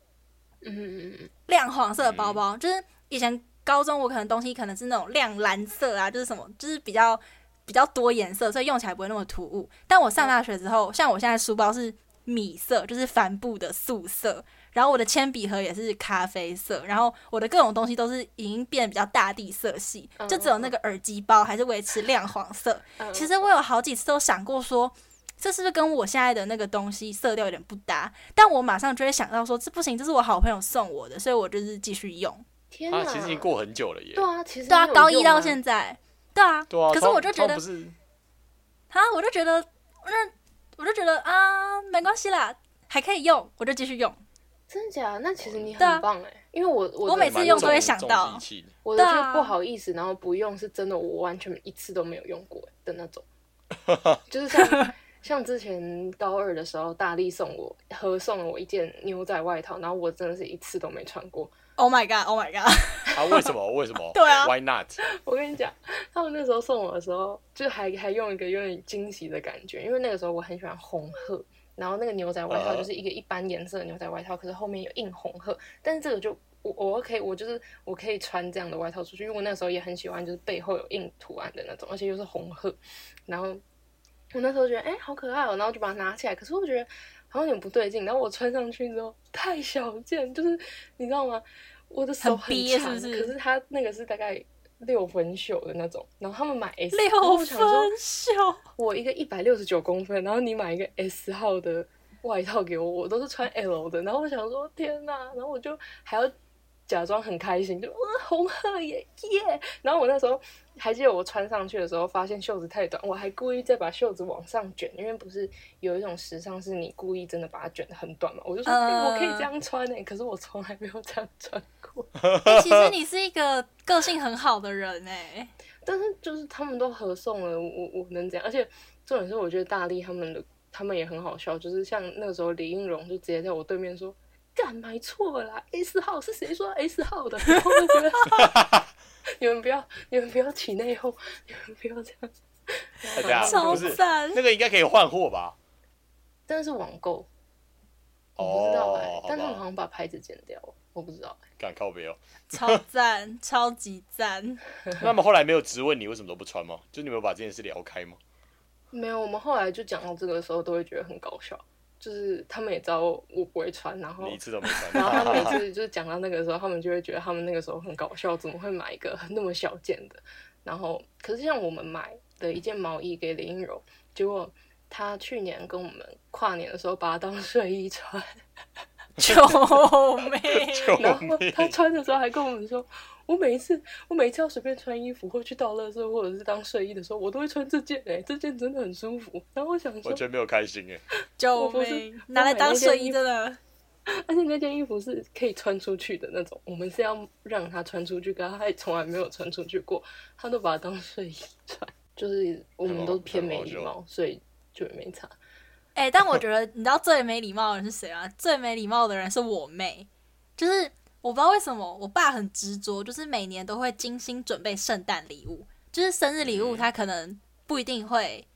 S3: 嗯嗯嗯
S1: 亮黄色的包包，就是以前高中我可能东西可能是那种亮蓝色啊，就是什么，就是比较比较多颜色，所以用起来不会那么突兀。但我上大学之后，像我现在书包是米色，就是帆布的素色，然后我的铅笔盒也是咖啡色，然后我的各种东西都是已经变得比较大地色系，
S3: 嗯
S1: 就只有那个耳机包还是维持亮黄色。
S3: 嗯，
S1: 其实我有好几次都想过说，这是不是跟我现在的那个东西色调有点不搭？但我马上就会想到说，这不行，这是我好朋友送我的，所以我就是继续用。
S3: 天
S2: 啊，
S3: 哪，
S2: 其实已经过很久了耶
S3: 对。啊，其实
S1: 对啊，
S3: 你有
S1: 高一
S3: 用
S1: 到
S3: 啊
S1: 现在，对啊，
S2: 对啊，
S1: 可是
S2: 通
S1: 我就觉
S2: 通
S1: 得
S2: 不，是
S1: 啊，我就觉得，那我就觉得啊，没关系啦，还可以用，我就继续用。
S3: 真假？那其实你
S1: 对啊
S3: 很棒哎、因为我我
S1: 我
S3: 我
S1: 每次用都会想到
S3: 我的
S1: 对
S3: 就
S1: 啊
S3: 不好意思，然后不用是真的，我完全一次都没有用过的那 种，就是像像之前高二的时候，大力送我合送了我一件牛仔外套，然后我真的是一次都没穿过。
S1: Oh my god, Oh my god！
S2: 啊？为什么？为什么？
S1: 对啊
S2: ，Why not？
S3: 我跟你讲，他们那时候送我的时候，就还还用一个有点惊喜的感觉，因为那个时候我很喜欢红褐，然后那个牛仔外套
S2: 嗯
S3: 就是一个一般颜色的牛仔外套，可是后面有印红褐，但是这个就我我 OK，我就是我可以穿这样的外套出去，因为我那时候也很喜欢，就是背后有印图案的那种，而且又是红褐，然后我那时候觉得哎、好可爱哦、然后就把它拿起来，可是我觉得好像有点不对劲，然后我穿上去之后太小件，就是你知道吗？我的手
S1: 很
S3: 很
S1: 憋
S3: 长，
S1: 是不是
S3: 可是它那个是大概六分袖的那种，然后他们买 S，然后
S1: 六
S3: 我想
S1: 分
S3: 说
S1: 袖，
S3: 我一个一百六十九公分，然后你买一个 S 号的外套给我，我都 是穿 L 的，然后我想说天哪，然后我就还要假装很开心，就哇红褐耶耶，然后我那时候还记得我穿上去的时候，发现袖子太短，我还故意再把袖子往上卷，因为不是有一种时尚是你故意真的把它卷得很短嘛，我就说、
S1: 嗯
S3: 哎我可以这样穿呢、可是我从来没有这样穿过，
S1: 欸其实你是一个个性很好的人哎、
S3: 但是就是他们都合送了，我我能怎样？而且重点是，我觉得大力他们的他们也很好笑，就是像那个时候李应荣就直接在我对面说：“干买错了啦，S 号是谁说 S 号的？” 然后我就觉得 你们不要你们不要起内讧，你们不要这样。
S2: 哎等一下
S1: 超
S2: 不是
S1: 赞
S2: 那个应该可以换货吧？
S3: 但是网购我不知道哎、
S2: 哦，好
S3: 但他们好
S2: 吧，
S3: 像把牌子剪掉了，我不知道、欸。
S2: 敢靠背哦。
S1: 超赞，超级赞。
S2: 那么后来没有质问你为什么都不穿吗？就你们有把这件事聊开吗？
S3: 没有，我们后来就讲到这个时候，都会觉得很搞笑，就是他们也知道我不会穿，然后
S2: 你一次都没
S3: 哦
S2: 穿，
S3: 然后他们 每次就是讲到那个时候，他们就会觉得他们那个时候很搞笑，怎么会买一个那么小件的？然后，可是像我们买的一件毛衣给林柔，结果她去年跟我们跨年的时候把它当睡衣穿，
S1: 救 命！
S2: 救
S3: 然后
S2: 命！
S3: 她穿的时候还跟我们说，我每一次我每一次要随便穿衣服或去倒垃圾或者是当睡衣的时候，我都会穿这件诶、这件真的很舒服。然后我想说
S2: 完，全没有开心哎。
S1: 救
S3: 我不是
S1: 命！
S3: 我
S1: 拿来
S3: 买
S1: 当
S3: 那件
S1: 睡衣
S3: 衣
S1: 真的
S3: 而且那件衣服是可以穿出去的那种，我们是要让他穿出去，可他还从来没有穿出去过，他都把它当睡衣穿。就是我们都偏没礼
S2: 很好
S3: 貌，所以就没差。
S1: 哎、但我觉得你知道最没礼貌的人是谁吗？最没礼貌的人是我妹，就是我不知道为什么我爸很执着，就是每年都会精心准备圣诞礼物，就是生日礼物
S2: 嗯
S1: 他可能不一定会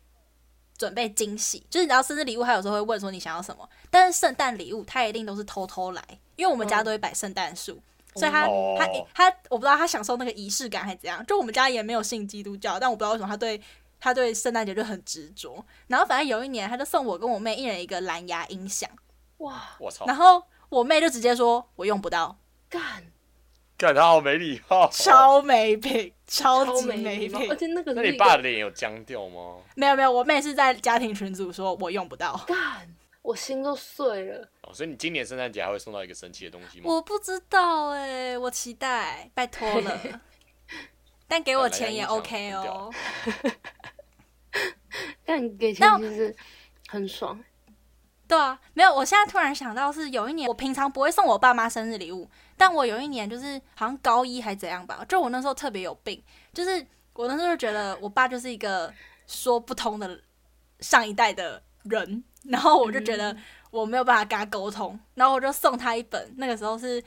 S1: 准备惊喜，就是你知道生日礼物他有时候会问说你想要什么，但是圣诞礼物他一定都是偷偷来，因为我们家
S3: 嗯
S1: 都会摆圣诞树。所以他、
S2: 哦
S1: 他他，我不知道他享受那个仪式感还是怎样。就我们家也没有信基督教，但我不知道为什么他对他对圣诞节就很执着。然后反正有一年，他就送我跟我妹一人一个蓝牙音响，
S3: 哇，
S2: 我操，
S1: 然后我妹就直接说我用不到，
S3: 干，
S2: 干他好没礼貌。哦
S1: 超没品，超
S3: 超
S1: 级
S3: 没礼貌！而
S1: 品。
S3: 且那个
S2: 那
S3: 是
S2: 你
S3: 一
S2: 爸
S3: 个
S2: 的脸有僵掉吗？
S1: 没有没有，我妹是在家庭群组说我用不到，
S3: 干，我心都碎了。
S2: 哦，所以你今年圣诞节还会送到一个神奇的东西吗？
S1: 我不知道哎、我期待，拜托了。 但给我钱也
S2: 蓝牙音响
S1: OK
S2: 很
S1: 哦
S2: 屌。
S3: 但给钱
S1: 但
S3: 其实很 爽。
S1: 对啊，没有，我现在突然想到是有一年，我平常不会送我爸妈生日礼物，但我有一年就是好像高一还怎样吧，就我那时候特别有病，就是我那时候就觉得我爸就是一个说不通的上一代的人，然后我就觉得我没有办法跟他沟通，然后我就送他一本，那个时候是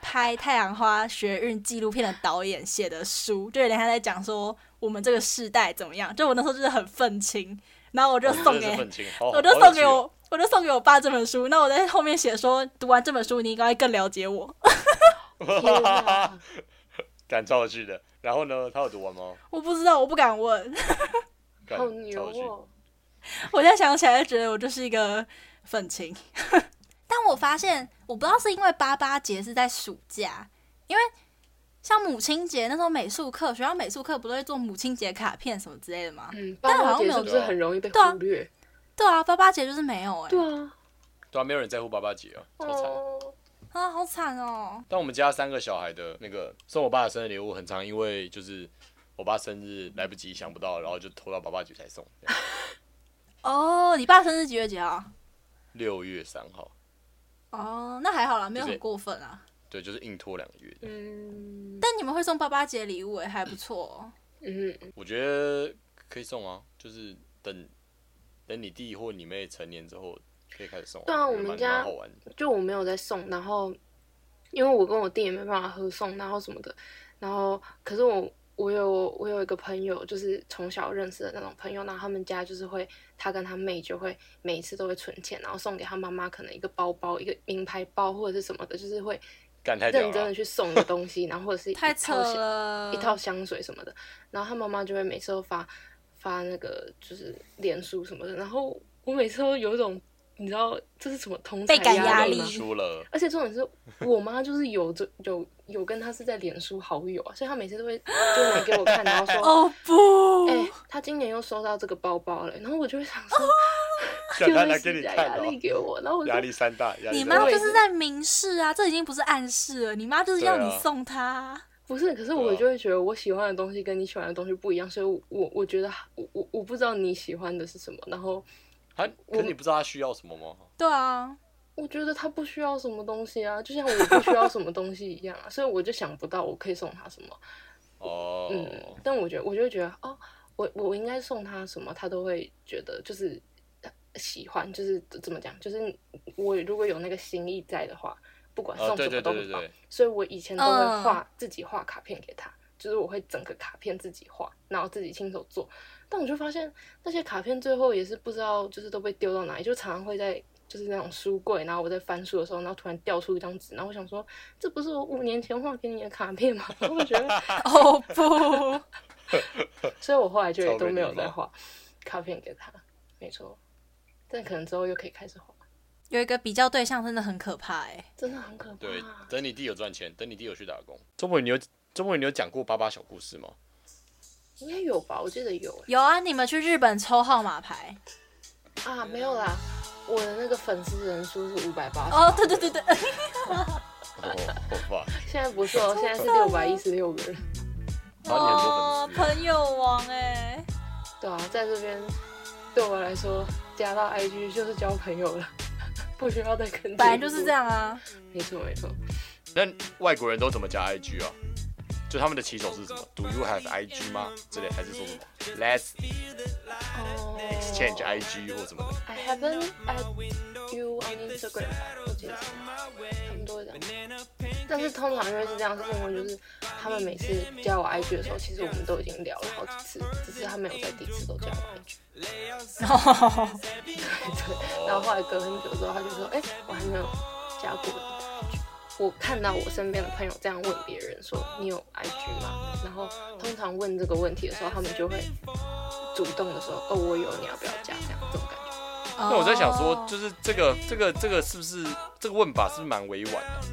S1: 拍《太阳花学运》纪录片的导演写的书，就有点他在讲说我们这个世代怎么样。就我那时候就是很愤青，然后我就 送给，我
S2: 我
S1: 就送给我，我就送给我爸这本书。那我在后面写说，读完这本书你应该会更了解我。
S3: 天哪
S2: 赶超有趣的。然后呢，他有读完吗？
S1: 我不知道，我不敢问。
S2: 干
S3: 好牛！
S2: 超有趣
S3: 哦！
S1: 我现在想起来就觉得我就是一个愤青。 但我发现，我不知道是因为八八节是在暑假，因为像母亲节那时候美术课，学校美术课不都会做母亲节卡片什么之类的吗？
S3: 嗯，
S1: 但
S3: 爸
S1: 好
S3: 妈
S1: 像
S3: 节
S1: 没有
S3: 是不是很容易被
S1: 对啊
S3: 忽略？
S1: 对啊，八八节就是没有哎、
S3: 对啊，
S2: 对啊，没有人在乎爸爸节啊，超惨。
S3: 哦，
S1: 啊，好惨哦。
S2: 但我们家三个小孩的那个送我爸的生日礼物，很常因为就是我爸生日来不及想不到，然后就拖到爸爸节才送。这样
S1: 哦，你爸生日几月几号？
S2: 六月三号，
S1: 哦，那还好啦，没有
S2: 就是
S1: 很过分啊。
S2: 对，就是硬拖两个月。
S3: 嗯
S1: 但你们会送八八节礼物哎、还不错、哦。
S3: 嗯，
S2: 我觉得可以送啊，就是等等你弟或你妹成年之后可以开始送、
S3: 对啊我们
S2: 蛮
S3: 家
S2: 蛮好玩的。
S3: 就我没有在送，然后因为我跟我弟也没办法合送，然后什么的，然后可是我我有我有一个朋友，就是从小认识的那种朋友，然后他们家就是会他跟他妹就会每一次都会存钱，然后送给他妈妈可能一个包包、一个名牌包或者是什么的，就是会
S2: 干太屌
S3: 认真的
S2: 了，啊
S3: 去送一个东西，然后或者是一
S1: 太扯
S3: 套鞋
S1: 了，
S3: 一套香水什么的，然后他妈妈就会每次都发发那个就是脸书什么的，然后我每次都有一种你知道这是什么同
S1: 倍
S3: 侪
S1: 感
S3: 压
S1: 压
S3: 力
S1: 力
S3: 吗？
S2: 输了，
S3: 而且重点是我妈就是有这有有跟她是在脸书好友啊，所以她每次都会就买给我看，然后说。
S1: 哦不，
S3: 哎、她今年又收到这个包包了，然后我就会想说，
S2: 哦 干他
S3: 又
S2: 来
S3: 是
S2: 给你
S3: 施加
S2: 看
S3: 压
S2: 了、
S3: 力给我，然后我就
S2: 压力山大，压
S1: 你
S2: 力山
S1: 妈
S2: 大
S3: 对
S1: 就是在明示啊，这已经不是暗示了，你妈就是要
S2: 啊
S1: 你送她。
S3: 不是，可是
S2: 对
S3: 我
S2: 啊
S3: 就会觉得我喜欢的东西跟你喜欢的东西不一样，所以我我我觉得我我我不知道你喜欢的是什么，然后
S2: 他啊可是你不知道他需要什么
S3: 嗯
S2: 吗？
S1: 对啊，
S3: 我觉得他不需要什么东西啊，就像我不需要什么东西一样啊，所以我就想不到我可以送他什么。
S2: 哦，
S3: 嗯，但我觉得我就会觉得哦，我我应该送他什么，他都会觉得就是呃喜欢，就是怎么讲，就是我如果有那个心意在的话，不管
S2: 哦，
S3: 送什
S2: 对对
S3: 么都
S2: 对
S3: 很
S2: 对
S3: 棒。
S2: 对，
S3: 所以我以前都会
S1: 嗯
S3: 画、自己画卡片给他，就是我会整个卡片自己画，然后自己亲手做。但我就发现那些卡片最后也是不知道就是都被丢到哪里，就常常会在就是那种书柜，然后我在翻书的时候，然后突然掉出一张纸，然后我想说这不是我五年前画给你的卡片吗？ 然后我觉得，
S1: 哦不，
S3: 所以我后来就也
S2: 超没
S3: 都没有
S2: 礼貌
S3: 再画卡片给他，没错。但可能之后又可以开始画，
S1: 有一个比较对象真的很可怕哎、
S3: 真的很可怕。
S2: 对，等你弟有赚钱，等你弟有去打工。周末你有周末你有讲过爸爸小故事吗？
S3: 应该有吧？我记得有、欸。
S1: 有啊，你们去日本抽号码牌
S3: 啊，没有啦，我的那个粉丝人数是五百八十。
S1: 哦，对对对对，
S2: 哦，好吧，
S3: 现在不是哦，现在是六百一十六个人。
S2: 然后你很多粉丝
S1: 哦朋友王哎、
S3: 对啊，在这边对我来说，加到 IG 就是交朋友了， 不需要再跟。
S1: 本来就是这。样啊，
S3: 没错没错，
S2: 那外国人都怎么加 IG 啊？就他们的起手是什么？Do you have IG 吗？之类还是说什么？Let's
S3: 哦、
S2: exchange 啊 IG 或什么的？
S3: I haven't at you on Instagram，我记得是他们都会这样。但是通常就会是这样，是因为就是他们每次加我 IG 的时候，其实我们都已经聊了好几次，只是他没有在第一次都加我 IG。
S1: 哦，
S3: 对，然后后来隔很久之后，他就说：“哎、我还没有加过你的 IG。”我看到我身边的朋友这样问别人说：“你有 IG 吗？”然后通常问这个问题的时候，他们就会主动的说：“哦，我有，你要不要加？”这样这种感觉。
S1: 那
S2: 那我在想
S1: 哦
S2: 说，就是这个这个这个是不是这个问法是不是蛮委婉的？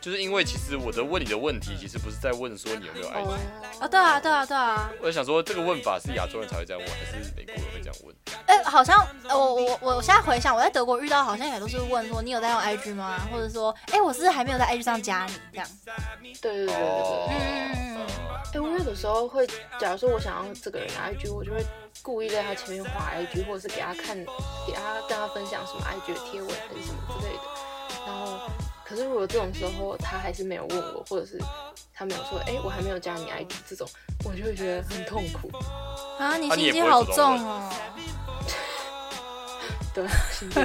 S2: 就是因为其实我的问你的问题，其实不是在问说你有没有 IG，
S1: 哦，对啊对啊对啊，
S2: 我在想说这个问法是亚洲人才会这样问，还是美国人会这样问？
S1: 哎、好像呃我我我我现在回想，我在德国遇到好像也都是问说你有在用 IG 吗，或者说哎、我是不是还没有在 IG 上加你这样，
S3: 对对对对对对。
S1: 嗯
S3: 哎、我有的时候会，假如说我想要这个人的 IG，我就会故意在他前面画 IG，或者是给他看，给他跟他分享什么 IG 的贴文还是什么之类的。然后，可是如果这种时候他还是没有问我，或者是他没有说，哎、我还没有加你 IG 这种，我就会觉得很痛苦。
S1: 啊，你
S2: 啊
S1: 心
S2: 你也
S1: 机哦
S2: 不会
S1: 好
S2: 主
S1: 重
S2: 动问
S1: 哦。
S3: 对对，啊星座。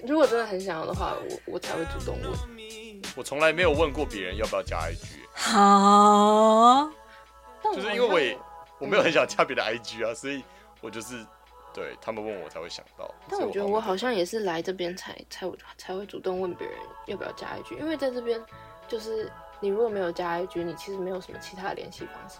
S3: 如果真的很想要的话，我我才会主动问。
S2: 我从来没有问过别人要不要加 IG，
S1: 好，
S3: 但我
S2: 就是
S3: 好像
S2: 因为
S3: 嗯
S2: 我也我没有很想加别的 IG 啊，所以我就是对他们问我才会想到。
S3: 但
S2: 所以
S3: 我觉得我好像也是来这边才才才会主动问别人要不要加 IG，因为在这边就是你如果没有加 IG，你其实没有什么其他的联系方式。